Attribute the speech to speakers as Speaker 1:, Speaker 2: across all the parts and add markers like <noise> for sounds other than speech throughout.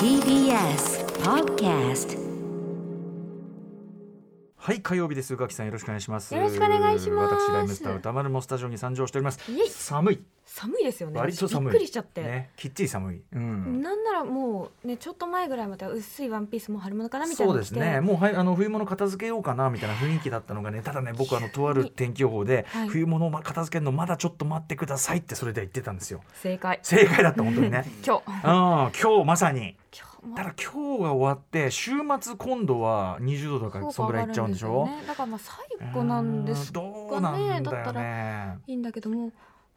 Speaker 1: TBS Podcast
Speaker 2: はい火曜日です宇垣さんよろしくお願いします
Speaker 3: よろしくお願いします
Speaker 2: 私ライムスター歌丸もスタジオに参上しております
Speaker 3: いえ
Speaker 2: 寒い
Speaker 3: 寒いですよね。
Speaker 2: 割と寒い
Speaker 3: びっくりしちゃって。
Speaker 2: ねきっちり寒いうん
Speaker 3: なんならもうねちょっと前ぐらいまでは薄いワンピースも春物かなみたいな
Speaker 2: そう
Speaker 3: の
Speaker 2: で
Speaker 3: 着
Speaker 2: す
Speaker 3: て
Speaker 2: ねもうはいあの冬物片付けようかなみたいな雰囲気だったのがねただね僕あのとある天気予報で、
Speaker 3: はい
Speaker 2: 冬物を片付けるのまだちょっと待ってくださいってそれで言ってたんですよ
Speaker 3: 正解。
Speaker 2: 正解だった本当にね
Speaker 3: <laughs> 今日
Speaker 2: うん今日まさに
Speaker 3: 今日も
Speaker 2: ただ今日が終わって週末今度は20度と
Speaker 3: 今
Speaker 2: か
Speaker 3: 日
Speaker 2: そんぐらいいっちゃうんでしょ
Speaker 3: 上がるんですよねだからまあ最後なんです
Speaker 2: う。んどうなんだ
Speaker 3: だ
Speaker 2: よ
Speaker 3: った
Speaker 2: ね
Speaker 3: いいんだけども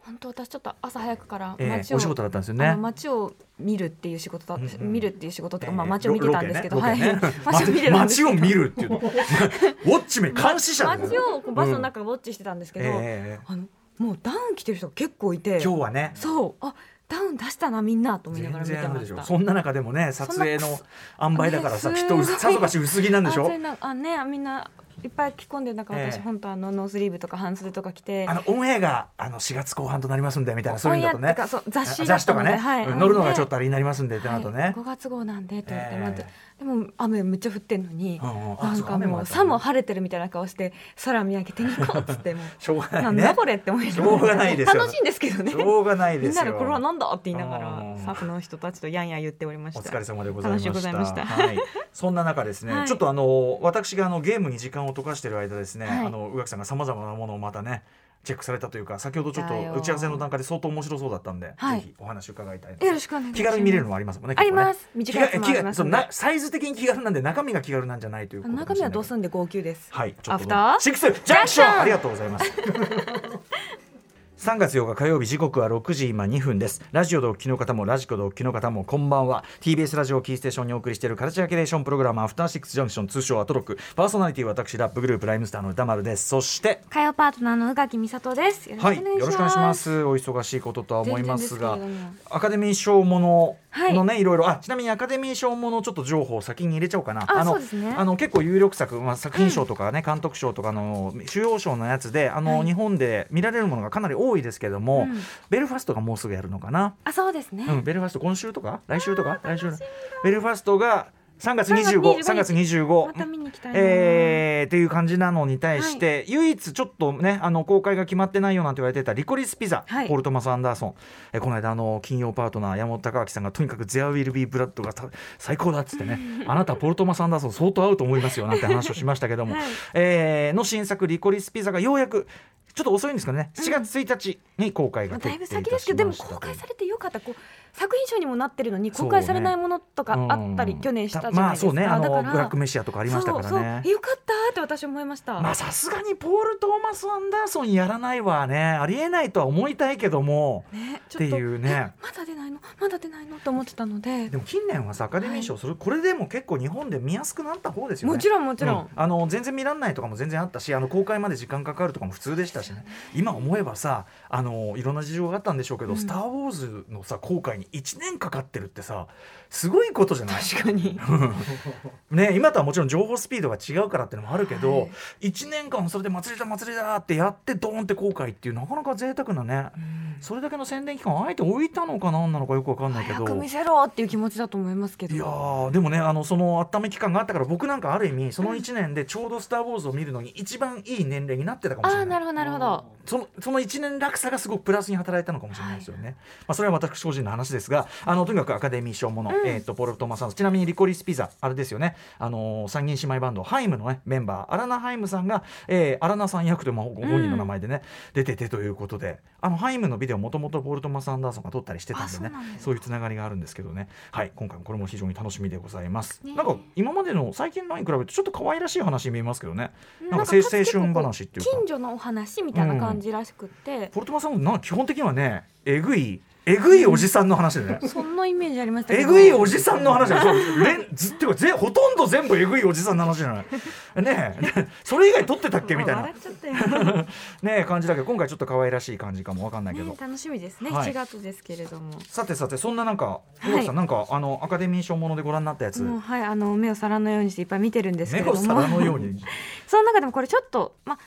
Speaker 3: 本当私ちょっと朝早くから
Speaker 2: ええ
Speaker 3: 街を、
Speaker 2: お仕事だったんですよ
Speaker 3: あ
Speaker 2: ね
Speaker 3: の。街を見るっていう仕事だ、
Speaker 2: うんうん
Speaker 3: 見るっていう仕事っていうか、まあ
Speaker 2: ええ
Speaker 3: 街を見てたんですけど、
Speaker 2: ロロケねロケね
Speaker 3: はい <laughs> 街を
Speaker 2: <laughs>
Speaker 3: 見てたんです
Speaker 2: 街
Speaker 3: けど
Speaker 2: を見るっていうの。ウ <laughs> ォッチメン監視者だよ
Speaker 3: 街をこうバスの中ウォッチしてたんですけ
Speaker 2: え
Speaker 3: ど、
Speaker 2: え
Speaker 3: あのもうダウン着てる人が結構いて
Speaker 2: 今日はね。
Speaker 3: そうあダウン出したなみんなと思いなが
Speaker 2: 全
Speaker 3: ら見て
Speaker 2: 然ある
Speaker 3: ま
Speaker 2: で
Speaker 3: し
Speaker 2: しょ。
Speaker 3: た。
Speaker 2: そんな中でもね、撮影の塩梅だから
Speaker 3: <laughs>
Speaker 2: さ、
Speaker 3: ね
Speaker 2: きっ
Speaker 3: す
Speaker 2: と
Speaker 3: ごい
Speaker 2: 薄さぞかし薄着なんでし
Speaker 3: あ
Speaker 2: ょ
Speaker 3: そ。れなあねみんないっぱい着込んでなんか
Speaker 2: え
Speaker 3: 私、
Speaker 2: え
Speaker 3: 本当あのノースリーブとか半袖とか着て
Speaker 2: あのオンエアがあの4月後半となりますんでみたいなそういうのだと
Speaker 3: オンエ
Speaker 2: ね
Speaker 3: アっていうかそう雑誌だ
Speaker 2: 雑誌
Speaker 3: った
Speaker 2: と
Speaker 3: の
Speaker 2: か
Speaker 3: で
Speaker 2: ね、
Speaker 3: はい
Speaker 2: うん乗るのが
Speaker 3: ね
Speaker 2: ちょっとあれになりますんでってなるとね、
Speaker 3: はい、5月号なんでと言って、
Speaker 2: ええ
Speaker 3: またでも雨めっちゃ降ってんのに、
Speaker 2: うんうんあ
Speaker 3: なん
Speaker 2: そう
Speaker 3: か
Speaker 2: 雨もあ
Speaker 3: も
Speaker 2: っ
Speaker 3: う
Speaker 2: た
Speaker 3: さも晴れてるみたいな顔して空見上げてニコっつっても
Speaker 2: <laughs> しょうがな
Speaker 3: う、ないん
Speaker 2: ね
Speaker 3: だこれって思いながら
Speaker 2: しょうがないですよ
Speaker 3: 楽しいんですけどね
Speaker 2: しょうがない
Speaker 3: み
Speaker 2: で
Speaker 3: ん
Speaker 2: す
Speaker 3: な
Speaker 2: よ
Speaker 3: でこれはなんだって言いなが
Speaker 2: う
Speaker 3: ら
Speaker 2: ん
Speaker 3: スタッフの人たちとやんやん言っておりました
Speaker 2: お疲れ様でございました。
Speaker 3: 楽しゅうございました
Speaker 2: はい、そんな中ですね、
Speaker 3: はい
Speaker 2: ちょっとあの私があのゲームに時間を溶かしている間ですね、
Speaker 3: はい
Speaker 2: あの宇垣さんがさまざまなものをまたね。チェックされたというか先ほどちょっ
Speaker 3: だよ
Speaker 2: と打ち合わせの段階で相当面白そうだったんで、
Speaker 3: はい
Speaker 2: ぜひお話伺いたいなと
Speaker 3: よろしくお願いします
Speaker 2: 気軽に見れるのもありますもんね
Speaker 3: あります
Speaker 2: 結構ね
Speaker 3: 短いやつもあります
Speaker 2: 気軽気軽そうなサイズ的に気軽なんで中身が気軽なんじゃないということかもし
Speaker 3: 中
Speaker 2: れ
Speaker 3: 身
Speaker 2: ない
Speaker 3: はドスンで号泣です
Speaker 2: はい、ちょ
Speaker 3: ア
Speaker 2: っ
Speaker 3: フ
Speaker 2: と
Speaker 3: ター
Speaker 2: シックスジャンクショ
Speaker 3: ジャンクショ
Speaker 2: ン
Speaker 3: ン
Speaker 2: ありがとうございます。3月8日火曜日時刻は6時今2分ですラジオでお聞きの方もラジコでお聞きの方もこんばんは TBS ラジオをキーステーションにお送りしているカルチャーキュレーションプログラムアフターシックスジャンクション通称アトロックパーソナリティは私ラップグループライムスターの歌丸ですそして
Speaker 3: 火曜パートナーの宇垣美里ですよろしくお
Speaker 2: は
Speaker 3: 願
Speaker 2: い
Speaker 3: いし
Speaker 2: よろ
Speaker 3: ます,、
Speaker 2: しくお願いしますお忙しいこととは思いますが
Speaker 3: 全然ですけれども
Speaker 2: アカデミー賞もの
Speaker 3: はい
Speaker 2: のね、い、ろいろあちなみにアカデミー賞ものちょっと情報を先に入れちゃおうかな
Speaker 3: あ
Speaker 2: の
Speaker 3: そうですね
Speaker 2: あの結構有力作、まあ、作品賞とかね、監督賞とかの主要賞のやつであの、
Speaker 3: はい
Speaker 2: 日本で見られるものがかなり多いですけども、
Speaker 3: うん
Speaker 2: ベルファストがもうすぐやるのかな、
Speaker 3: あそうですね、
Speaker 2: うん、ベルファスト今週とか来週とか来週ベルファストが3月25 3
Speaker 3: 3
Speaker 2: 月
Speaker 3: 月
Speaker 2: 25
Speaker 3: また見に行きたいな、
Speaker 2: えーっていう感じなのに対して、唯一ちょっとねあの公開が決まってないよなんて言われてた「リコリス・ピザ」
Speaker 3: はい
Speaker 2: ポール・トマス・アンダーソン、えーこの間あの金曜パートナー山本隆明さんがとにかく「ゼア・ウィル・ビー・ブラッド」がた最高だっつ
Speaker 3: <laughs>
Speaker 2: ってね「あなたポール・トマス・アンダーソン相当合うと思いますよ」なんて話をしましたけども、
Speaker 3: はい
Speaker 2: えーの新作「リコリス・ピザ」がようやくちょっと遅いんですかね
Speaker 3: うん
Speaker 2: 7月1日に公開
Speaker 3: ま
Speaker 2: が
Speaker 3: あ、だ
Speaker 2: 決
Speaker 3: い
Speaker 2: 定
Speaker 3: ぶ
Speaker 2: いたしました
Speaker 3: 先ですけどでも公開されてよかったこう作品賞にもなってるのに公開されないものとかあったり、
Speaker 2: うん
Speaker 3: 去年したじゃないですか、
Speaker 2: まあそうねあ
Speaker 3: だか
Speaker 2: の
Speaker 3: ら
Speaker 2: ブラックメシアとかありましたからね
Speaker 3: そうそうよかったって私思いました、
Speaker 2: まあさすがにポール・トーマス・アンダーソンやらないわねありえないとは思いたいけども
Speaker 3: ねち
Speaker 2: っ
Speaker 3: ょ
Speaker 2: て
Speaker 3: っと
Speaker 2: いうね
Speaker 3: まだ出ないのまだ出ないのと思ってたので
Speaker 2: でも近年はさアカデミー賞それこれでも結構日本で見やすくなった方ですよね。
Speaker 3: もちろんもちろん、
Speaker 2: うんあの全然見らんないとかも全然あったしあの公開まで時間かかるとかも普通でしたしね今思えばさあのいろんな事情があったんでしょうけど「
Speaker 3: うん
Speaker 2: スター・ウォーズ」のさ公開に1年かかってるってさすごいことじゃ <laughs> ない
Speaker 3: 確かに
Speaker 2: ね、今とはもちろん情報スピードが違うからっていうのもあるけど、
Speaker 3: はい
Speaker 2: 1年間それで祭りだ祭りだってやってドーンって後悔っていうなかなか贅沢なね、それだけの宣伝期間をあえて置いたのかなんなのかよくわかんないけ
Speaker 3: 早
Speaker 2: ど
Speaker 3: く見せろっていう気持ちだと思いますけど
Speaker 2: いやーでもねあのその温め期間があったから僕なんかある意味その1年でちょうど「スター・ウォーズ」を見るのに一番いい年齢になってたかもし
Speaker 3: ああ
Speaker 2: れな
Speaker 3: ないるほどなるほど
Speaker 2: そのその1年落差がすごくプラスに働いたのかもしれないですよね、まあ、それは私個人の話ですがあのとにかくアカデミー賞もの、えー、とポール・トーマスさんちなみにリコリス・ピザあれですよね、あのー三人姉妹バンドハイムの、ね、メンバーアラナ・ハイムさんが、えーアラナさん役というまあごご本人の名前でね、出ててということであのハイムのビデオもともとポール・トーマス・アンダーソンが撮ったりしてたんでね
Speaker 3: あそうなんです
Speaker 2: そういうつながりがあるんですけどね、はい、今回もこれも非常に楽しみでございます、
Speaker 3: ね
Speaker 2: なんか今までの最近のに比べてちょっと可愛らしい話に見えますけどねなんか
Speaker 3: か
Speaker 2: 青春話っていうか
Speaker 3: 近所のお話みたいな感じらしくって、
Speaker 2: ポルトマさんもな基本的にはねえぐいえぐいおじさんの話でね。
Speaker 3: <laughs> そんなイメージありましたけ
Speaker 2: え
Speaker 3: ど
Speaker 2: ぐいおじさんの話だよそうれんずっていうかぜほとんど全部えぐいおじさんの話じゃないねえ <laughs> それ以外撮ってたっけみたいな
Speaker 3: 笑
Speaker 2: ね
Speaker 3: っちゃったよ
Speaker 2: え感じだけど今回ちょっと可愛らしい感じかもわかんないけど、
Speaker 3: ね楽しみですね、
Speaker 2: はい
Speaker 3: 7月ですけれども
Speaker 2: さてさてそんななんか
Speaker 3: い
Speaker 2: 黒木さん、なんかあのアカデミー賞ものでご覧になったやつ
Speaker 3: もうはいあの目を皿のようにしていっぱい見てるんですけ
Speaker 2: 目
Speaker 3: れど
Speaker 2: を
Speaker 3: も
Speaker 2: 皿のように
Speaker 3: その中でもこれちょっとまあ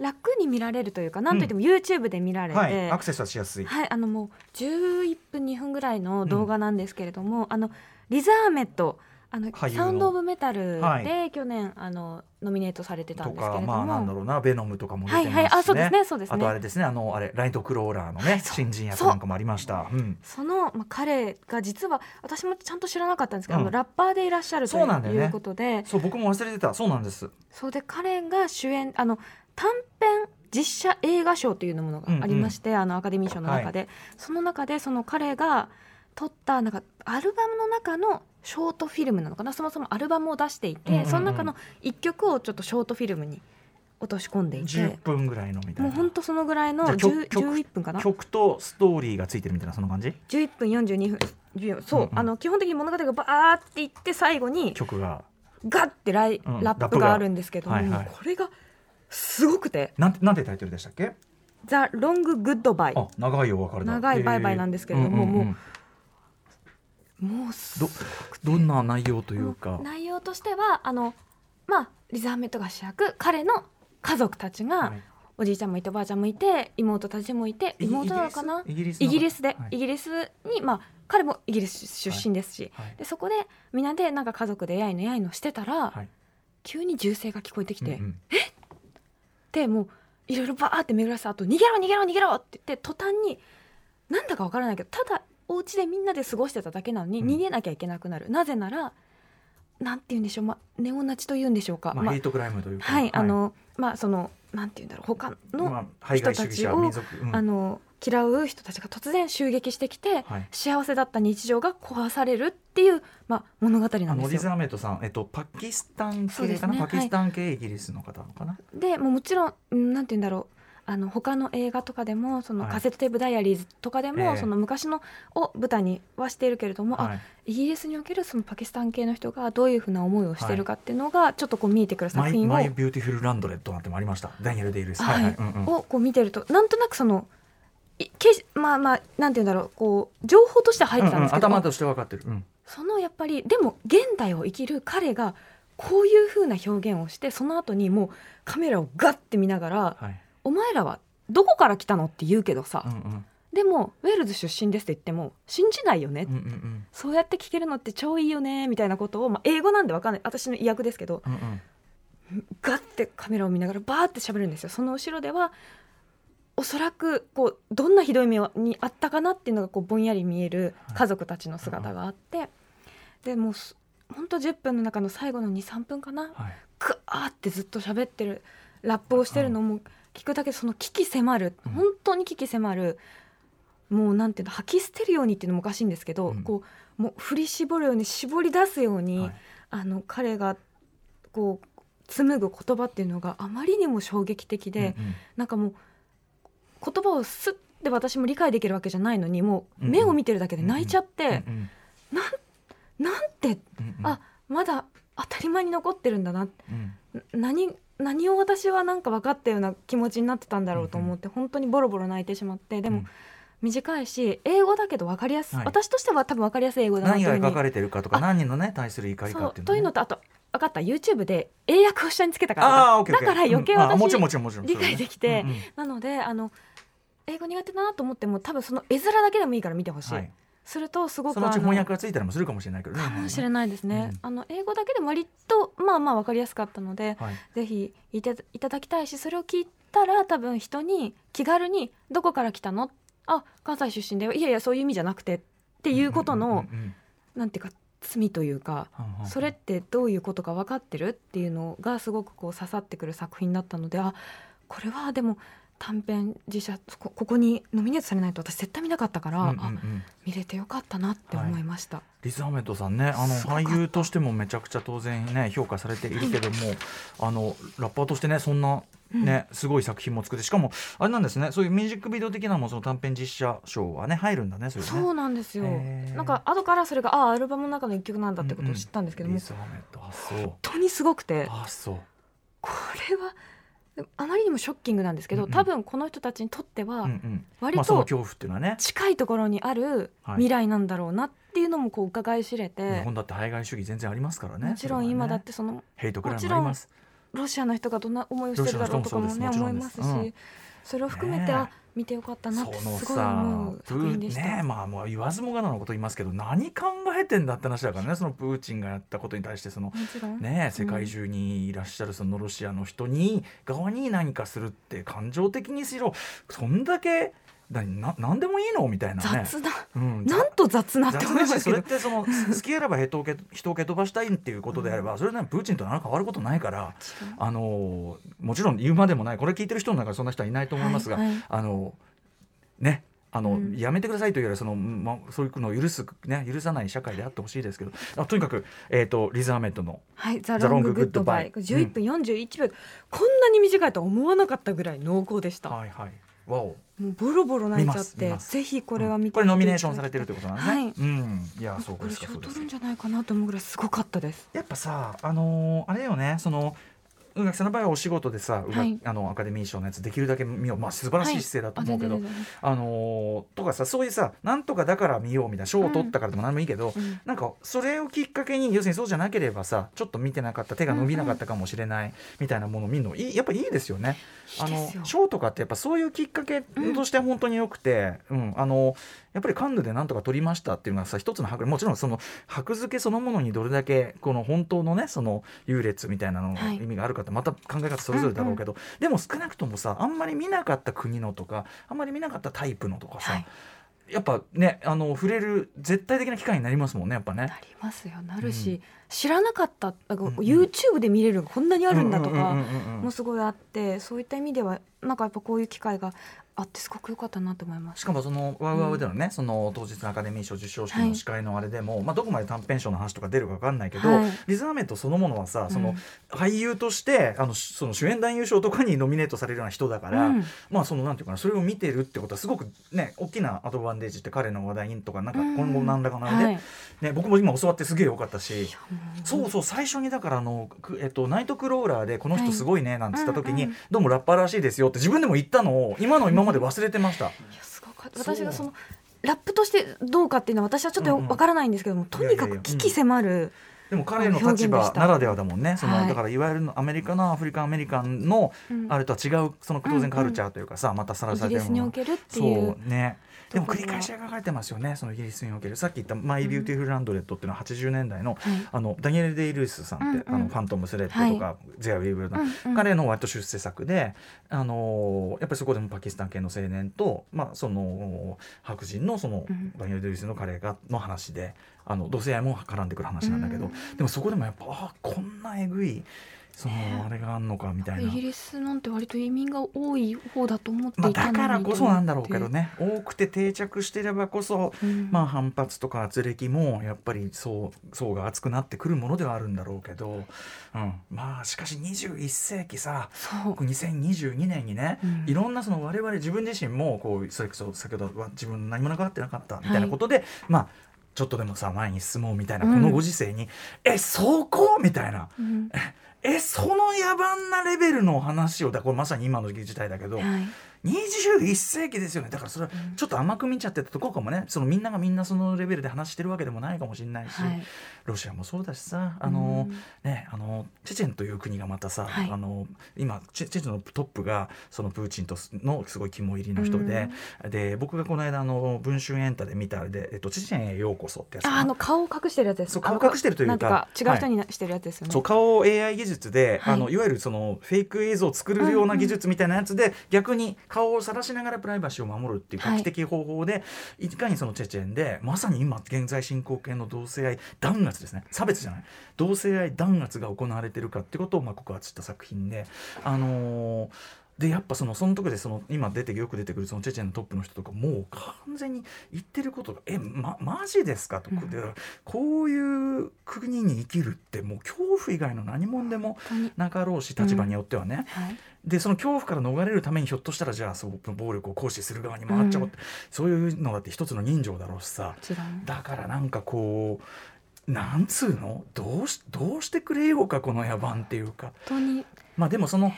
Speaker 3: 楽に見られるというか、なんといっても YouTube で見られて、
Speaker 2: はい、アクセスはしやすい。
Speaker 3: はい、あのもう11分2分ぐらいの動画なんですけれども、あのリザーメットあの
Speaker 2: 俳優の
Speaker 3: サウンド・オブ・メタル
Speaker 2: はい
Speaker 3: で去年、あのノミネートされてた
Speaker 2: と
Speaker 3: んですけれ
Speaker 2: か
Speaker 3: ども、
Speaker 2: まあなんだろうなベノムとかも出
Speaker 3: は
Speaker 2: て
Speaker 3: い
Speaker 2: ますしね。
Speaker 3: はいあそうですねそうですね
Speaker 2: あとあれですねあのあれライトクローラーのね新人役なんかもありました。うん。
Speaker 3: その、まあ、彼が実は私もちゃんと知らなかったんですけど、
Speaker 2: うん
Speaker 3: あのラッパーでいらっしゃると
Speaker 2: そうなんだよね
Speaker 3: いうことで
Speaker 2: そう僕も忘れてたそうなんです。
Speaker 3: そうで彼が主演あの短編実写映画賞というのものがありまして、あのアカデミー賞の中で、その中でその彼が撮ったなんかアルバムの中のショートフィルムなのかなそもそもアルバムを出していて、
Speaker 2: うんうんうん
Speaker 3: その中の一曲をちょっとショートフィルムに落とし込んでい
Speaker 2: 10
Speaker 3: て
Speaker 2: 分ぐらいのみたい
Speaker 3: もう
Speaker 2: な。
Speaker 3: 本当そのぐらいの
Speaker 2: じゃあ曲
Speaker 3: 10
Speaker 2: 曲
Speaker 3: 11分かな
Speaker 2: 曲とストーリーがついてるみたいなその感じ？
Speaker 3: 11分42分10そう、
Speaker 2: うんうん
Speaker 3: あの基本的に物語がバーっていって最後に
Speaker 2: 曲が
Speaker 3: ガッてライ、
Speaker 2: うん
Speaker 3: ラップがあるんですけども、
Speaker 2: ラップがはいはい
Speaker 3: これがすごくて
Speaker 2: なんてなんてタイトルでしたっけ？
Speaker 3: 「ザ・ロング・グッド・バイ」
Speaker 2: あ長いお別れだ。
Speaker 3: 長いバイバイなんですけれども
Speaker 2: うんうんうん
Speaker 3: ももうす
Speaker 2: どどんな内容というか。
Speaker 3: 内容としてはあの、まあ、リザーメットが主役彼の家族たちが、
Speaker 2: はい
Speaker 3: おじいちゃんもいておばあちゃんもいて妹たちもいて
Speaker 2: イギ
Speaker 3: 妹なのかな
Speaker 2: イギリス
Speaker 3: イギリスで、
Speaker 2: はい
Speaker 3: イギリスに、まあ、彼もイギリス出身ですし、
Speaker 2: はい
Speaker 3: でそこでみんなでなんか家族でやいのやいのしてたら、
Speaker 2: はい
Speaker 3: 急に銃声が聞こえてきて、
Speaker 2: うんうん
Speaker 3: でもういろいろバーって巡らせた後逃げろ逃げろ逃げろって言って途端になんだかわからないけどただお家でみんなで過ごしてただけなのに
Speaker 2: うん
Speaker 3: 逃げなきゃいけなくなる、なぜならなんて言うんでしょう、まあ、ネオナチというんでしょうか、
Speaker 2: まあ
Speaker 3: まあ
Speaker 2: ヘイトクライムというか。
Speaker 3: はい、あのまあそのなんて言うんだろう他の、
Speaker 2: まあ排外主義者
Speaker 3: 人たちを
Speaker 2: 民族うん
Speaker 3: あの嫌う人たちが突然襲撃してきて、
Speaker 2: はい
Speaker 3: 幸せだった日常が壊されるっていう、まあ、物語な
Speaker 2: あ
Speaker 3: ん
Speaker 2: の
Speaker 3: で
Speaker 2: リ
Speaker 3: す
Speaker 2: ザ
Speaker 3: よ。
Speaker 2: ーメットさん、えっと、パキスタン
Speaker 3: そう
Speaker 2: 系
Speaker 3: です
Speaker 2: かな、
Speaker 3: ね
Speaker 2: パキスタン系イギリスの方なのかな、
Speaker 3: でもうもちろんうんなんて言うんだろうあの他の映画とかでもその
Speaker 2: はい
Speaker 3: カセットテープダイアリーズとかでも、
Speaker 2: ええ
Speaker 3: その昔のを舞台にはしているけれども、あ
Speaker 2: はい、
Speaker 3: イギリスにおけるそのパキスタン系の人がどういうふうな思いをしているかっていうのがちょっとこう見えてくる
Speaker 2: マ
Speaker 3: 作
Speaker 2: イ
Speaker 3: 品を、
Speaker 2: マイビューティフルランドレットなんてもありましたダニエル・デイルス、
Speaker 3: はい
Speaker 2: うんうん
Speaker 3: をこう見てるとなんとなくそのいけしまあまあなんて言うんだろうこう情報としては入ってたんですけど、
Speaker 2: うんうん頭として分かってる、うん
Speaker 3: そのやっぱりでも現代を生きる彼がこういうふうな表現をしてその後にもうカメラをガッて見ながら「
Speaker 2: はい
Speaker 3: お前らはどこから来たの?」って言うけどさ、
Speaker 2: うんうん
Speaker 3: でもウェールズ出身ですって言っても信じないよね、
Speaker 2: うんうんうん
Speaker 3: そうやって聞けるのって超いいよねみたいなことを、まあ、英語なんでわかんない私の意訳ですけど
Speaker 2: うんうん
Speaker 3: ガッてカメラを見ながらバーって喋るんですよその後ろではおそらくこうどんなひどい目にあったかなっていうのがこうぼんやり見える家族たちの姿があって、でもうすほんと10分の中の最後の23分かな
Speaker 2: はい
Speaker 3: グワーってずっと喋ってるラップをしてるのも聞くだけでその危機迫る
Speaker 2: うん
Speaker 3: 本当に危機迫る、もうなんていうの吐き捨てるようにっていうのもおかしいんですけど、
Speaker 2: うん
Speaker 3: こうもう振り絞るように絞り出すように、
Speaker 2: はい
Speaker 3: あの彼がこう紡ぐ言葉っていうのがあまりにも衝撃的で、
Speaker 2: うんうん
Speaker 3: なんかもう言葉をすって私も理解できるわけじゃないのにもう
Speaker 2: うん
Speaker 3: 目を見てるだけで泣いちゃって、
Speaker 2: うん
Speaker 3: なんて
Speaker 2: うんうん
Speaker 3: あまだ当たり前に残ってるんだなって
Speaker 2: うん
Speaker 3: な何何を私はなんか分かったような気持ちになってたんだろうと思って、本当にボロボロ泣いてしまってでも、
Speaker 2: うん
Speaker 3: 短いし英語だけど分かりやすい、
Speaker 2: はい
Speaker 3: 私としては多分分かりやすい英語だなとい
Speaker 2: 何
Speaker 3: うふう
Speaker 2: が
Speaker 3: に
Speaker 2: 描かれてるかとか
Speaker 3: あ
Speaker 2: 何人のね対する怒り
Speaker 3: そ
Speaker 2: か
Speaker 3: う
Speaker 2: っていう
Speaker 3: という
Speaker 2: の
Speaker 3: の
Speaker 2: ね
Speaker 3: とあと分かった YouTube で英訳を下につけたから
Speaker 2: ああオッケーオッ
Speaker 3: だ
Speaker 2: ケー
Speaker 3: から余計
Speaker 2: うんあもち
Speaker 3: 私、
Speaker 2: ろんもちろんもちろん
Speaker 3: 理解できて
Speaker 2: うんうん
Speaker 3: なのであの英語苦手だなと思っても多分その絵面だけでもいいから見てほしい、
Speaker 2: はい
Speaker 3: するとすごく
Speaker 2: そのうち
Speaker 3: あの
Speaker 2: 翻訳がついたりもするかもしれないけどね
Speaker 3: かもしれないですね、
Speaker 2: うん
Speaker 3: あの英語だけでも割とまあまあ分かりやすかったので、
Speaker 2: はい
Speaker 3: ぜひいていただきたいしそれを聞いたら多分人に気軽に「どこから来たの?」「あ関西出身だよ」「いやいやそういう意味じゃなくて」っていうことの、
Speaker 2: うんうんうん
Speaker 3: なんていうか罪というか、
Speaker 2: うんうん
Speaker 3: それってどういうことか分かってるっていうのがすごくこう刺さってくる作品だったのであこれはでも短編自社こここにノミネートされないと私絶対見なかったから、
Speaker 2: うんうんう
Speaker 3: あ
Speaker 2: ん
Speaker 3: 見れてよかったなって思いました。
Speaker 2: リス・ハメットさんねあの
Speaker 3: すごかった
Speaker 2: 俳優としてもめちゃくちゃ当然ね評価されているけどもあのラッパーとしてねそんなね、すごい作品も作ってしかもあれなんですねそういうミュージックビデオ的なのもその短編実写賞はね入るんだねそれね
Speaker 3: そうなんですよ、
Speaker 2: へー
Speaker 3: なんか後からそれがあアルバムの中の一曲なんだってことを知ったんですけども、
Speaker 2: リス・ハメットあそう
Speaker 3: 本当にすごくて
Speaker 2: あそう
Speaker 3: これはあまりにもショッキングなんですけど、
Speaker 2: うんうん
Speaker 3: 多分この人たちにとって
Speaker 2: うんう
Speaker 3: は
Speaker 2: ん
Speaker 3: 割
Speaker 2: まあその
Speaker 3: と
Speaker 2: 恐怖っていうのはね
Speaker 3: 近いところにある
Speaker 2: はい
Speaker 3: 未来なんだろうなっていうのもこう伺い知れて、
Speaker 2: 日本だって排外主義全然ありますからね
Speaker 3: もちろん今だっ
Speaker 2: それはね
Speaker 3: てその
Speaker 2: ヘイトクライ
Speaker 3: も
Speaker 2: ム
Speaker 3: ち
Speaker 2: もあ
Speaker 3: ろ
Speaker 2: り
Speaker 3: ん
Speaker 2: ます
Speaker 3: ロシアの人がどんな思いをしてるだろうとかもね
Speaker 2: ロシアの人
Speaker 3: 思い
Speaker 2: も
Speaker 3: ま
Speaker 2: そ
Speaker 3: す
Speaker 2: うですも
Speaker 3: し、
Speaker 2: ちろんですうん
Speaker 3: それを含めて、
Speaker 2: ねえ
Speaker 3: あ見てよかったなって
Speaker 2: その
Speaker 3: すごい思
Speaker 2: さ
Speaker 3: う、
Speaker 2: プ
Speaker 3: 作品で
Speaker 2: ー
Speaker 3: した。
Speaker 2: ねえまあもう言わずもがなのこと言いますけど、何考えてんだって話だからね、そのプーチンがやったことに対してその
Speaker 3: もちろん、
Speaker 2: ねえ世界中にいらっしゃるそのロシアの人に側に何かするって感情的にしろ、そんだけなな何でもいいのみたいなね。
Speaker 3: 雑な、
Speaker 2: うん
Speaker 3: なんと雑なって
Speaker 2: 雑
Speaker 3: 思い
Speaker 2: だ
Speaker 3: ま
Speaker 2: し
Speaker 3: す
Speaker 2: そ
Speaker 3: け
Speaker 2: れ
Speaker 3: ど
Speaker 2: っ。てその好き選ば人を蹴人を蹴飛ばしたいっていうことであれば、それならプーチンと何か変わることないから、あのーもちろん言うまでもないこれ聞いてる人の中でそんな人はいないと思いますが、
Speaker 3: はいはい
Speaker 2: あのーねあの
Speaker 3: うん
Speaker 2: やめてくださいというよりはその、ま、そういうのを許す、ね、許さない社会であってほしいですけどあとにかく、えー、とリズ・アメットの
Speaker 3: はい、ザ・
Speaker 2: ザ
Speaker 3: ロ
Speaker 2: ロン
Speaker 3: ン
Speaker 2: グ
Speaker 3: グ・
Speaker 2: グ
Speaker 3: グ
Speaker 2: ッ
Speaker 3: ッ
Speaker 2: ド
Speaker 3: ド
Speaker 2: バ
Speaker 3: バ
Speaker 2: イ
Speaker 3: イ、11分41秒、こんなに短いとは思わなかったぐらい濃厚でした、
Speaker 2: はいはいわお
Speaker 3: もうボロボロ泣いちゃっ
Speaker 2: 見
Speaker 3: て
Speaker 2: ます
Speaker 3: ぜひこれは見て、
Speaker 2: これノミネーションされてるということなんですね。
Speaker 3: はい
Speaker 2: うん、いやそう
Speaker 3: こ
Speaker 2: で
Speaker 3: れ
Speaker 2: すか
Speaker 3: 賞
Speaker 2: そうで
Speaker 3: 取
Speaker 2: すか
Speaker 3: るんじゃないかなと思うぐらいすごかったです
Speaker 2: やっぱさあのーあれよねその宇垣さんの場合はお仕事でさ、うが
Speaker 3: はい
Speaker 2: あのアカデミー賞のやつできるだけ見よう、まあ、素晴らしい姿勢だと思うけど、
Speaker 3: はいあ全然全
Speaker 2: あのーとかさそういうさなんとかだから見ようみたいな賞を取ったからでも何でもいいけど、
Speaker 3: 然うん
Speaker 2: なんかそれをきっかけに要するにそうじゃなければさちょっと見てなかった手が伸びなかったかもしれないみたいなものを見るのいいやっぱいいですよね。
Speaker 3: い
Speaker 2: あ
Speaker 3: いで
Speaker 2: の
Speaker 3: すよ
Speaker 2: 賞とかってやっぱそういうきっかけとして本当によくて、うんあのやっぱりカンヌでなんとか取りましたっていうのはさ一つの箔もちろんその箔付けそのものにどれだけこの本当のねその優劣みたいなのの
Speaker 3: はい
Speaker 2: 意味があるかってまた考え方それぞれだろうけど、でも少なくともさあんまり見なかった国のとかあんまり見なかったタイプのとかさ、
Speaker 3: はい
Speaker 2: やっぱねあの触れる絶対的な機会になりますもんねやっぱね
Speaker 3: な。りますよなる
Speaker 2: う
Speaker 3: し、知らなかったなんか
Speaker 2: うんうん
Speaker 3: YouTube で見れるのこんなにあるんだと
Speaker 2: う
Speaker 3: か
Speaker 2: んうんうんうんう
Speaker 3: も
Speaker 2: ん
Speaker 3: すごいあってそういった意味ではなんかやっぱこういう機会があってすごく良かったなと思いま
Speaker 2: し
Speaker 3: す
Speaker 2: かもそのワウワウでのね、その当日のアカデミー賞授賞式の司会のあれでも、まあ、どこまで短編賞の話とか出るか分かんないけど、
Speaker 3: はい
Speaker 2: リザーメントそのものはさその
Speaker 3: うん
Speaker 2: 俳優としてあのしその主演男優賞とかにノミネートされるような人だから、
Speaker 3: うん
Speaker 2: まあそのなんていうかなそれを見てるってことはすごくね大きなアドバンテージって彼の話題にとかなんか
Speaker 3: うん
Speaker 2: 今後なんだかなんで、
Speaker 3: はい
Speaker 2: ね、僕も今教わってすげえよかったし。
Speaker 3: う
Speaker 2: そうそう最初にだからあの、くえっと、ナイトクローラーでこの人すごいねなんて言った時に、
Speaker 3: うんうん
Speaker 2: どうもラッパーらしいですよって自分でも言ったのを今の今まで忘れてました。
Speaker 3: いやすごかった
Speaker 2: そう
Speaker 3: 私がそのラップとしてどうかっていうのは私はちょっと
Speaker 2: うんうん
Speaker 3: よわからないんですけども、とにか
Speaker 2: いやいやいや
Speaker 3: く危機迫る、
Speaker 2: でも彼の立場ならではだもんねその、
Speaker 3: はい
Speaker 2: だからいわゆるアメリカのアフリカンアメリカンの
Speaker 3: うん
Speaker 2: あれとは違うその当然カルチャーというかさ、またさら
Speaker 3: イ
Speaker 2: さ
Speaker 3: ギ
Speaker 2: れ
Speaker 3: リ
Speaker 2: てる
Speaker 3: ス
Speaker 2: も
Speaker 3: にお
Speaker 2: の
Speaker 3: けるっていう
Speaker 2: そうねでも
Speaker 3: とこ
Speaker 2: 繰
Speaker 3: ろ
Speaker 2: り
Speaker 3: は
Speaker 2: 返し描かれてますよねそのイギリスにおけるさっき言った「マイ・ビューティフル・ランドレット」っていうのは80年代の,、
Speaker 3: はい
Speaker 2: あのダニエル・デイ・ルイスさんって「
Speaker 3: うんうん
Speaker 2: あのファントム・スレッド」とか「ゼア・ウィーブル」の、
Speaker 3: うんうん
Speaker 2: 彼の割と出世作で、あのーやっぱりそこでもパキスタン系の青年と、まあ、その白人のその
Speaker 3: うん
Speaker 2: ダニエル・デイ・ルイスの彼がの話であの同性愛も絡んでくる話なんだけど、でもそこでもやっぱあーこんなえぐいその
Speaker 3: ね
Speaker 2: あれがあんのかみたい
Speaker 3: イ
Speaker 2: な
Speaker 3: ギ。リスなんて割と移民が多い方だと思っていた
Speaker 2: まあ、
Speaker 3: のに、
Speaker 2: だからこそなんだろうけど
Speaker 3: ね、
Speaker 2: ね多くて定着してればこそ
Speaker 3: うん
Speaker 2: まあ、反発とか圧力もやっぱり層層が厚くなってくるものではあるんだろうけど、うん、まあしかし21世紀さ
Speaker 3: そう
Speaker 2: 2022年にね、
Speaker 3: うん
Speaker 2: いろんなその我々自分自身もこうそれこそ先ほどは自分何もなかってなかったみたいなことで、まあちょっとでもさ前に進もうみたいなこ
Speaker 3: うん
Speaker 2: のご時世に、えそこみたいな
Speaker 3: うん
Speaker 2: えその野蛮なレベルの話をだこれまさに今の時代だけど、
Speaker 3: はい
Speaker 2: 21世紀ですよねだからそれはちょっと甘く見ちゃってたとこかもねそのみんながみんなそのレベルで話してるわけでもないかもしれないし、
Speaker 3: はい
Speaker 2: ロシアもそうだしさあの、
Speaker 3: うん
Speaker 2: ねあのチェチェンという国がまたさ、
Speaker 3: はい
Speaker 2: あの今チェチェチェンのトップがそのプーチンとすのすごい肝入りの人で、で僕がこの間あの文春エンタで見たあれで、えっと、チェチェンへようこそってやつか
Speaker 3: あ
Speaker 2: な
Speaker 3: あの顔を隠してるやつです
Speaker 2: そう顔隠してるというか
Speaker 3: なんか違う人になしてるやつですよね、
Speaker 2: そう顔を AI 技術で、
Speaker 3: はい
Speaker 2: あのいわゆるそのフェイク映像を作るような技術みたいなやつで、逆に顔を晒しながらプライバシーを守るっていう画期的方法で、い、かにそのチェチェンでまさに今現在進行形の同性愛弾圧ですね差別じゃない同性愛弾圧が行われてるかってことをまあ告発した作品で。あのーでやっぱそのその時でその今出てよく出てくるそのチェチェンのトップの人とかもう完全に言ってることが「えまマジですか?」とか、
Speaker 3: うん
Speaker 2: でこういう国に生きるってもう恐怖以外の何もんでも
Speaker 3: 本当に
Speaker 2: なかろうし立場によってはね、
Speaker 3: はい
Speaker 2: でその恐怖から逃れるためにひょっとしたらじゃあそう暴力を行使する側に回っちゃおうって、そういうのだって一つの人情だろうしさ
Speaker 3: もちろん
Speaker 2: だからなんかこうなんつうのどうしどうしてくれようかこの野蛮っていうか。
Speaker 3: 本当に
Speaker 2: まあでもその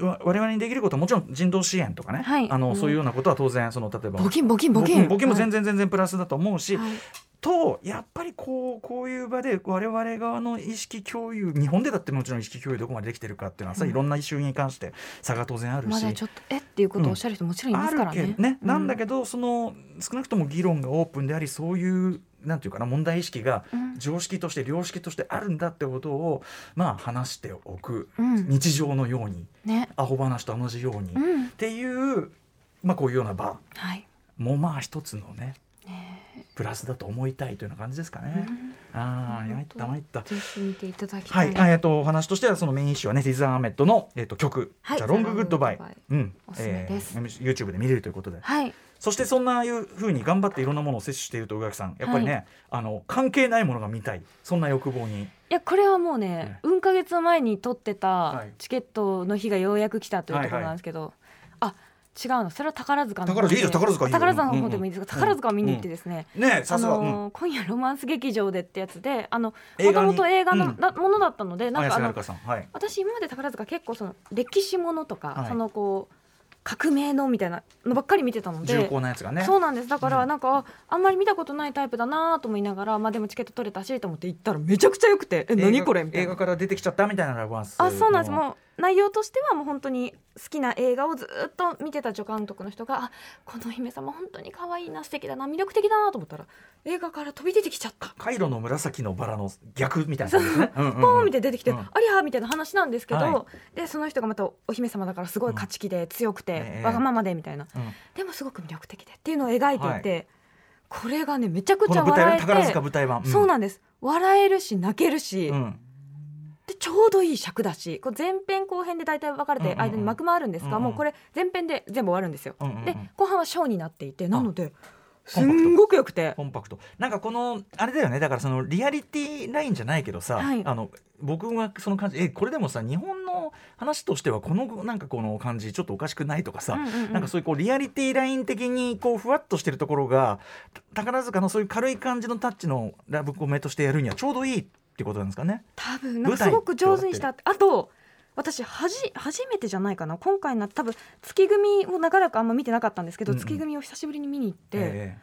Speaker 2: わ我々にできることはもちろん人道支援とかね、
Speaker 3: はい
Speaker 2: あの
Speaker 3: うん
Speaker 2: そういうようなことは当然その例えば
Speaker 3: 募金募金募金
Speaker 2: 募金も全然全然プラスだと思うし、
Speaker 3: はい
Speaker 2: とやっぱりこうこういう場で我々側の意識共有日本でだってもちろん意識共有どこまでできてるかっていうのはさ、
Speaker 3: うん
Speaker 2: いろんな収入に関して差が当然あるし。
Speaker 3: まだちょっとえっていうことをおっしゃる人もちろんいま
Speaker 2: あ
Speaker 3: す
Speaker 2: る
Speaker 3: から
Speaker 2: け
Speaker 3: ね。
Speaker 2: どね、なんだけ
Speaker 3: ど、
Speaker 2: どその少なくとも議論がオープンでありそういうなんていうかな問題意識が
Speaker 3: うん
Speaker 2: 常識として良識としてあるんだってことをまあ話しておく、
Speaker 3: うん
Speaker 2: 日常のように
Speaker 3: ね、
Speaker 2: アホ話と同じように、
Speaker 3: う
Speaker 2: っ
Speaker 3: ん、
Speaker 2: ていう、まあ、こういうような場
Speaker 3: はい、
Speaker 2: もまあ一つのねプラスだと思いたいというような感じですかね。ああ
Speaker 3: うん
Speaker 2: やったまいった
Speaker 3: ぜひ見ていただき
Speaker 2: は
Speaker 3: た
Speaker 2: い、
Speaker 3: い。
Speaker 2: えっとお話としてはそのメインイシュはねティザー・アメットの、えっと曲「
Speaker 3: はい
Speaker 2: じゃあロング・グッドバイ」
Speaker 3: ロンググッド
Speaker 2: うん
Speaker 3: おすすめです
Speaker 2: えー YouTube で見れるということで
Speaker 3: はい、
Speaker 2: そしてそんないうふうに頑張っていろんなものを摂取していると宇垣さんやっぱりね、
Speaker 3: は
Speaker 2: あの関係ないものが見たいそんな欲望に
Speaker 3: いやこれはもうね、うんか月前に取ってた
Speaker 2: はい
Speaker 3: チケットの日がようやく来たというところなんですけど、あ違うのそれは宝塚の方
Speaker 2: 宝塚いいじゃん宝塚いいよ
Speaker 3: 宝塚の方でもいいですが、
Speaker 2: うんうん
Speaker 3: 宝塚を見に行ってですね、
Speaker 2: ねえ
Speaker 3: あ
Speaker 2: さすが、うん
Speaker 3: のー今夜ロマンス劇場でってやつであの
Speaker 2: 映
Speaker 3: も
Speaker 2: 画
Speaker 3: と
Speaker 2: に
Speaker 3: もと映画の、
Speaker 2: うん
Speaker 3: なものだったのでなん
Speaker 2: 綾
Speaker 3: かあ
Speaker 2: 瀬はる
Speaker 3: の
Speaker 2: かさんはい
Speaker 3: 私今まで宝塚結構その歴史ものとか、
Speaker 2: はい
Speaker 3: そのこう革命のみたいなのばっかり見てたので
Speaker 2: 重厚なやつがね
Speaker 3: そうなんですだか
Speaker 2: う
Speaker 3: ら
Speaker 2: ん
Speaker 3: なんか、ああんまり見たことないタイプだなと思いながら、まあ、でもチケット取れたしと思って行ったらめちゃくちゃ良くて「え
Speaker 2: 映画
Speaker 3: 何これ」みたい
Speaker 2: 映
Speaker 3: な
Speaker 2: 画。から出てきちゃったみたいなラブワンス
Speaker 3: あそうなんです
Speaker 2: の
Speaker 3: もう内容としてはもう本当に好きな映画をずっと見てた助監督の人があこのお姫様本当に可愛いな素敵だな魅力的だなと思ったら映画から飛び出てきちゃった
Speaker 2: カイロの紫のバラの逆みたいな感じですね。うんうんうん
Speaker 3: ポーンみたいに出てきて、
Speaker 2: うん
Speaker 3: ありゃーみたいな話なんですけど、
Speaker 2: は
Speaker 3: でその人がまたお姫様だからすごい勝ち気で強くて、
Speaker 2: ええ
Speaker 3: わがままでみたいな
Speaker 2: うん
Speaker 3: でもすごく魅力的でっていうのを描いていて、これがねめちゃく
Speaker 2: こ
Speaker 3: ちゃ
Speaker 2: の舞台は
Speaker 3: 笑え
Speaker 2: 宝塚
Speaker 3: て、
Speaker 2: 舞台版。
Speaker 3: そう
Speaker 2: な
Speaker 3: なんです笑えるし泣けるし、
Speaker 2: うん
Speaker 3: でちょうどいい尺だしこう前編後編で大体分かれ
Speaker 2: うんうん
Speaker 3: て
Speaker 2: うん
Speaker 3: 間に幕もあるんですが、
Speaker 2: うんうん
Speaker 3: もうこれ前編で全部終わるんですよ、
Speaker 2: うんうんうん
Speaker 3: で後半はショーになっていてなのですすんごくよくて
Speaker 2: コンパクトなんかこのあれだよねだからそのリアリティラインじゃないけどさ、
Speaker 3: はい
Speaker 2: あの僕はその感じえこれでもさ日本の話としてはこのなんかこの感じちょっとおかしくないとかさ、
Speaker 3: うんうんうん
Speaker 2: なんかそういうこうリアリティライン的にこうふわっとしてるところがた宝塚のそういう軽い感じのタッチのラブコメとしてやるにはちょうどいいってことなんですかね。
Speaker 3: 多分なんかすごく上手にしたってあと私はじ初めてじゃないかな今回の多分月組を長らくあんま見てなかったんですけど、
Speaker 2: うんうん
Speaker 3: 月組を久しぶりに見に行って、
Speaker 2: え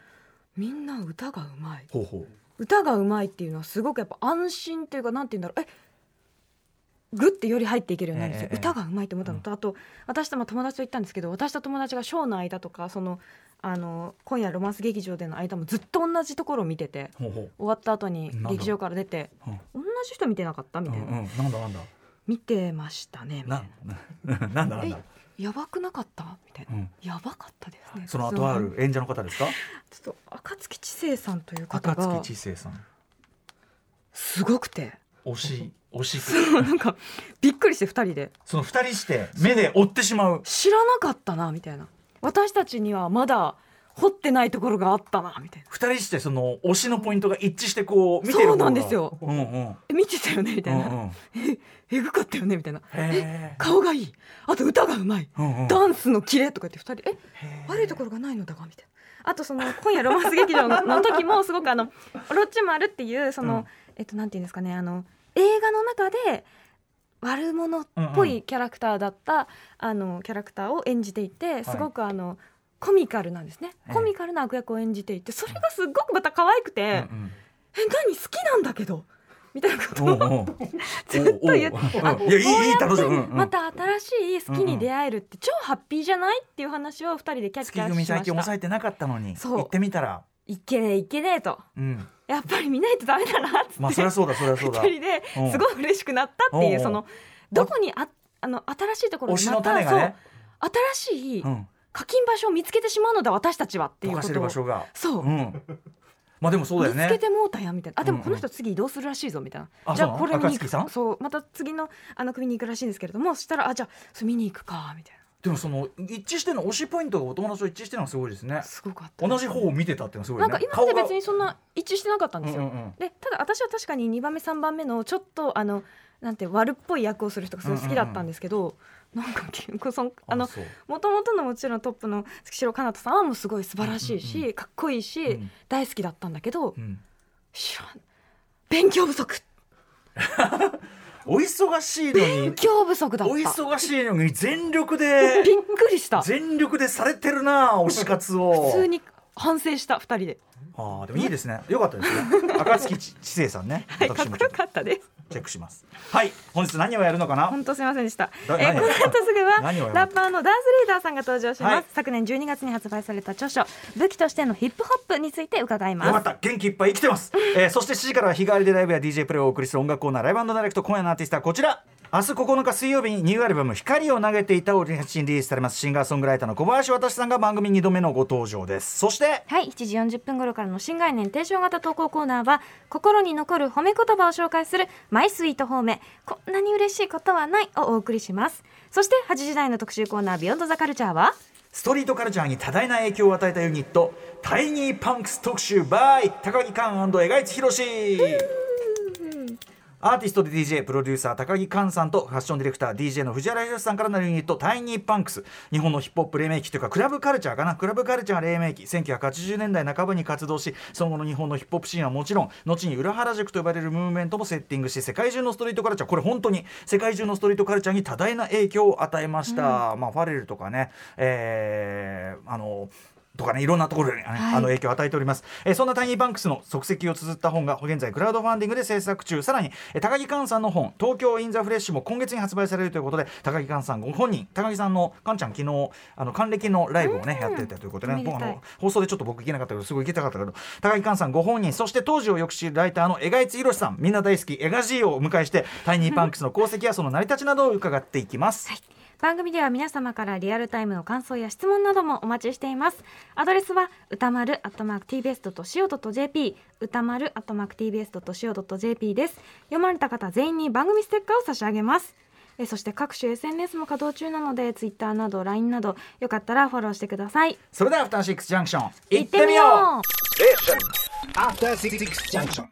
Speaker 3: みんな歌がうまい
Speaker 2: えほうほう
Speaker 3: 歌がうまいっていうのはすごくやっぱ安心というかなんて言うんだろうえグッてより入っていけるようになるんですよ、
Speaker 2: ええ
Speaker 3: 歌がうまいと思ったのと、あと私とまあ友達と行ったんですけど私と友達がショーの間とかそのあの今夜ロマンス劇場での間もずっと同じところを見てて
Speaker 2: ほうほう
Speaker 3: 終わった後に
Speaker 2: なんだ
Speaker 3: 劇場から出て
Speaker 2: うん
Speaker 3: 同じ人見てなかったみ
Speaker 2: うん
Speaker 3: たいな、
Speaker 2: うん、なんだなんだ
Speaker 3: 見てましたねみたい
Speaker 2: な
Speaker 3: な
Speaker 2: なんだなん
Speaker 3: え
Speaker 2: だ、
Speaker 3: やばくなかったみたいな、
Speaker 2: うん、
Speaker 3: やばかったですね
Speaker 2: その後ある
Speaker 3: の
Speaker 2: 演者の方ですか
Speaker 3: ちょっと暁知星さんという方
Speaker 2: 赤
Speaker 3: が
Speaker 2: 月知世さん
Speaker 3: すごくて
Speaker 2: 推し推し
Speaker 3: <laughs> そうなんかびっくりして二人で
Speaker 2: その二人して目で追ってしまう
Speaker 3: 知らなかったなみたいな私たちにはまだ掘ってないところがあったなみたいな
Speaker 2: 二人してその推しのポイントが一致してこう見てる
Speaker 3: そうなんですよ
Speaker 2: うんうん
Speaker 3: え見てたよねみ
Speaker 2: う
Speaker 3: たいな、
Speaker 2: んうん
Speaker 3: えぐかったよねみたいな
Speaker 2: へえ
Speaker 3: 顔がいいあと歌がうまい、
Speaker 2: うんうん
Speaker 3: ダンスのキレとか言って二人え
Speaker 2: へえ
Speaker 3: 悪いところがないのだがみたいなあとその今夜ロマンス劇場のの時もすごくあの「ロッチマル」っていうその、
Speaker 2: うん
Speaker 3: えっとなんていうんですかねあの映画の中で悪者っぽいキャラクターだった、あのキャラクターを演じていてすごくあの、コミカルなんですね
Speaker 2: ええ
Speaker 3: コミカルな悪役を演じていてそれがすっごくまた可愛くて「え
Speaker 2: うん
Speaker 3: 何好きなんだけど」みたいなこ
Speaker 2: う
Speaker 3: と
Speaker 2: んお
Speaker 3: を
Speaker 2: うおう
Speaker 3: <laughs> ずっと言って
Speaker 2: おうおう
Speaker 3: あ
Speaker 2: うんいやいいいい
Speaker 3: こうや
Speaker 2: 楽しいうん
Speaker 3: っ
Speaker 2: う
Speaker 3: て
Speaker 2: ん
Speaker 3: また新しい好きに出会えるって超ハッピーじゃないっていう話を二人でキャッキ
Speaker 2: 月
Speaker 3: ャしま
Speaker 2: 組
Speaker 3: した
Speaker 2: 最近抑えてなかったのに
Speaker 3: そう
Speaker 2: 行ってみたら
Speaker 3: いけねえいけねえと
Speaker 2: うん
Speaker 3: やっぱり見ないとダメだなっつって、
Speaker 2: まあそりゃそうだそりゃそうだ
Speaker 3: 二人で
Speaker 2: うん
Speaker 3: すごい嬉しくなったっていううんそのどこにああの新しいところ
Speaker 2: 推
Speaker 3: に
Speaker 2: し
Speaker 3: ま
Speaker 2: の
Speaker 3: た
Speaker 2: 種がね
Speaker 3: そう新しい
Speaker 2: うん
Speaker 3: 課金場所を見つけてしまうのだ私たちはってい
Speaker 2: 溶
Speaker 3: う
Speaker 2: か
Speaker 3: こ
Speaker 2: せる
Speaker 3: とを
Speaker 2: 場所が
Speaker 3: そう、
Speaker 2: うんまあでもそうだよ
Speaker 3: 見つけ
Speaker 2: ね
Speaker 3: てもうたやんみたいなあでもこの
Speaker 2: うん
Speaker 3: 人次移動するらしいぞみたいな、
Speaker 2: あ
Speaker 3: じゃ
Speaker 2: そう
Speaker 3: あ
Speaker 2: なの
Speaker 3: これ見に行
Speaker 2: 暁
Speaker 3: く
Speaker 2: さん
Speaker 3: そうまた次のあの組に行くらしいんですけれどもそしたらあじゃあそれ見に行くかみたい
Speaker 2: でもその一致してるの推しポイントがお友達と一致してるのはすごいですね
Speaker 3: なすごかった
Speaker 2: 同じ方を見てたっていうのはすごい
Speaker 3: な
Speaker 2: ね
Speaker 3: んか今まで別
Speaker 2: に
Speaker 3: にそんな一致してなかったんですよ、
Speaker 2: うんうんうん
Speaker 3: でただ私は確かに2番目3番目のちょっとあのなんて悪っぽい役をする人がすごい好きだったんですけど、なんか結構そのあの
Speaker 2: そう
Speaker 3: 元々のもちろんトップの月城かなたさんはもうすごい素晴らしいし、
Speaker 2: うんうん
Speaker 3: かっこいいし、
Speaker 2: うん
Speaker 3: 大好きだったんだけど、
Speaker 2: うん
Speaker 3: 知らん勉強不足
Speaker 2: お忙しいのに
Speaker 3: 勉強不足だっ
Speaker 2: お
Speaker 3: た
Speaker 2: 忙しいのに全力
Speaker 3: び <laughs>
Speaker 2: で
Speaker 3: っくりした
Speaker 2: 全力でされてるな推し活を
Speaker 3: 普通に反省した2人で
Speaker 2: ああでもいいですね。よかったですね。赤月ち知世さんね。
Speaker 3: <laughs> はい、かっ
Speaker 2: 私も
Speaker 3: こ
Speaker 2: ちょ
Speaker 3: よ
Speaker 2: っと
Speaker 3: かったです。
Speaker 2: チェックします。はい。本日何をやるのかな。
Speaker 3: 本当すみませんでした。え
Speaker 2: だ
Speaker 3: ー
Speaker 2: 何
Speaker 3: この後すぐ
Speaker 2: 何をや
Speaker 3: は
Speaker 2: る
Speaker 3: ラッパーのダンスリーダーさんが登場します。
Speaker 2: はい
Speaker 3: 昨年12月に発売された著書武器としてのヒップホップについて伺い
Speaker 2: よか
Speaker 3: ま
Speaker 2: っ
Speaker 3: す。
Speaker 2: た元気いっぱい生きてます、えーそして7時からは日替わりでライブや DJ プレイをお送りする音楽コーナーライブダイレクト今夜のアーティストはこちら明日9日水曜日にニューアルバム「光を投げていた」をリリースされますシンガーソングライターの小林渡さんが番組2度目のご登場ですそして
Speaker 3: はい、7時40分頃からの新概念提唱型投稿コーナーは心に残る褒め言葉を紹介するマイスイート褒めこんなに嬉しいことはないをお送りします。そして8時台の特集コーナービヨンドザカルチャーは
Speaker 2: ストリートカルチャーに多大な影響を与えたユニットタイニーパンクス特集 by 高木寛江外津博士アーティストで DJ プロデューサー高木寛さんとファッションディレクター DJ の藤原宏さんからなるユニットタイニーパンクス日本のヒップホップ黎明期というかクラブカルチャーかなクラブカルチャー黎明期1980年代半ばに活動しその後の日本のヒップホップシーンはもちろん後に裏原宿と呼ばれるムーブメントもセッティングし世界中のストリートカルチャーこれ本当に世界中のストリートカルチャーに多大な影響を与えました、まあファレルとかねえーあのとかね、いろんなところに、ねあの影響を与えております、えーそんなタイニーバンクスの足跡を綴った本が現在クラウドファンディングで制作中さらに、えー高木寛さんの本「東京インザフレッシュ」も今月に発売されるということで高木寛さんご本人高木さんのカンちゃん昨日あの還暦のライブをねやってたということで、ね、
Speaker 3: おめで
Speaker 2: 僕あ
Speaker 3: たい
Speaker 2: の放送でちょっと僕行けなかったけどすごい行けたかったけど高木寛さんご本人そして当時をよく知るライターの江賀津博さんみんな大好き江賀 G をお迎えしてタイニーバンクスの功績やその成り立ちなどを伺っていきます。
Speaker 3: 番組では皆様からリアルタイムの感想や質問などもお待ちしていますアドレスは歌丸 atmarktbs.co.jp 歌丸 atmarktbs.co.jp です読まれた方全員に番組ステッカーを差し上げますえそして各種 SNS も稼働中なので Twitter など LINE などよかったらフォローしてください
Speaker 2: それではアフターシックスジャンクション行
Speaker 3: 行
Speaker 2: ってみよう
Speaker 3: う
Speaker 4: After Six Junction.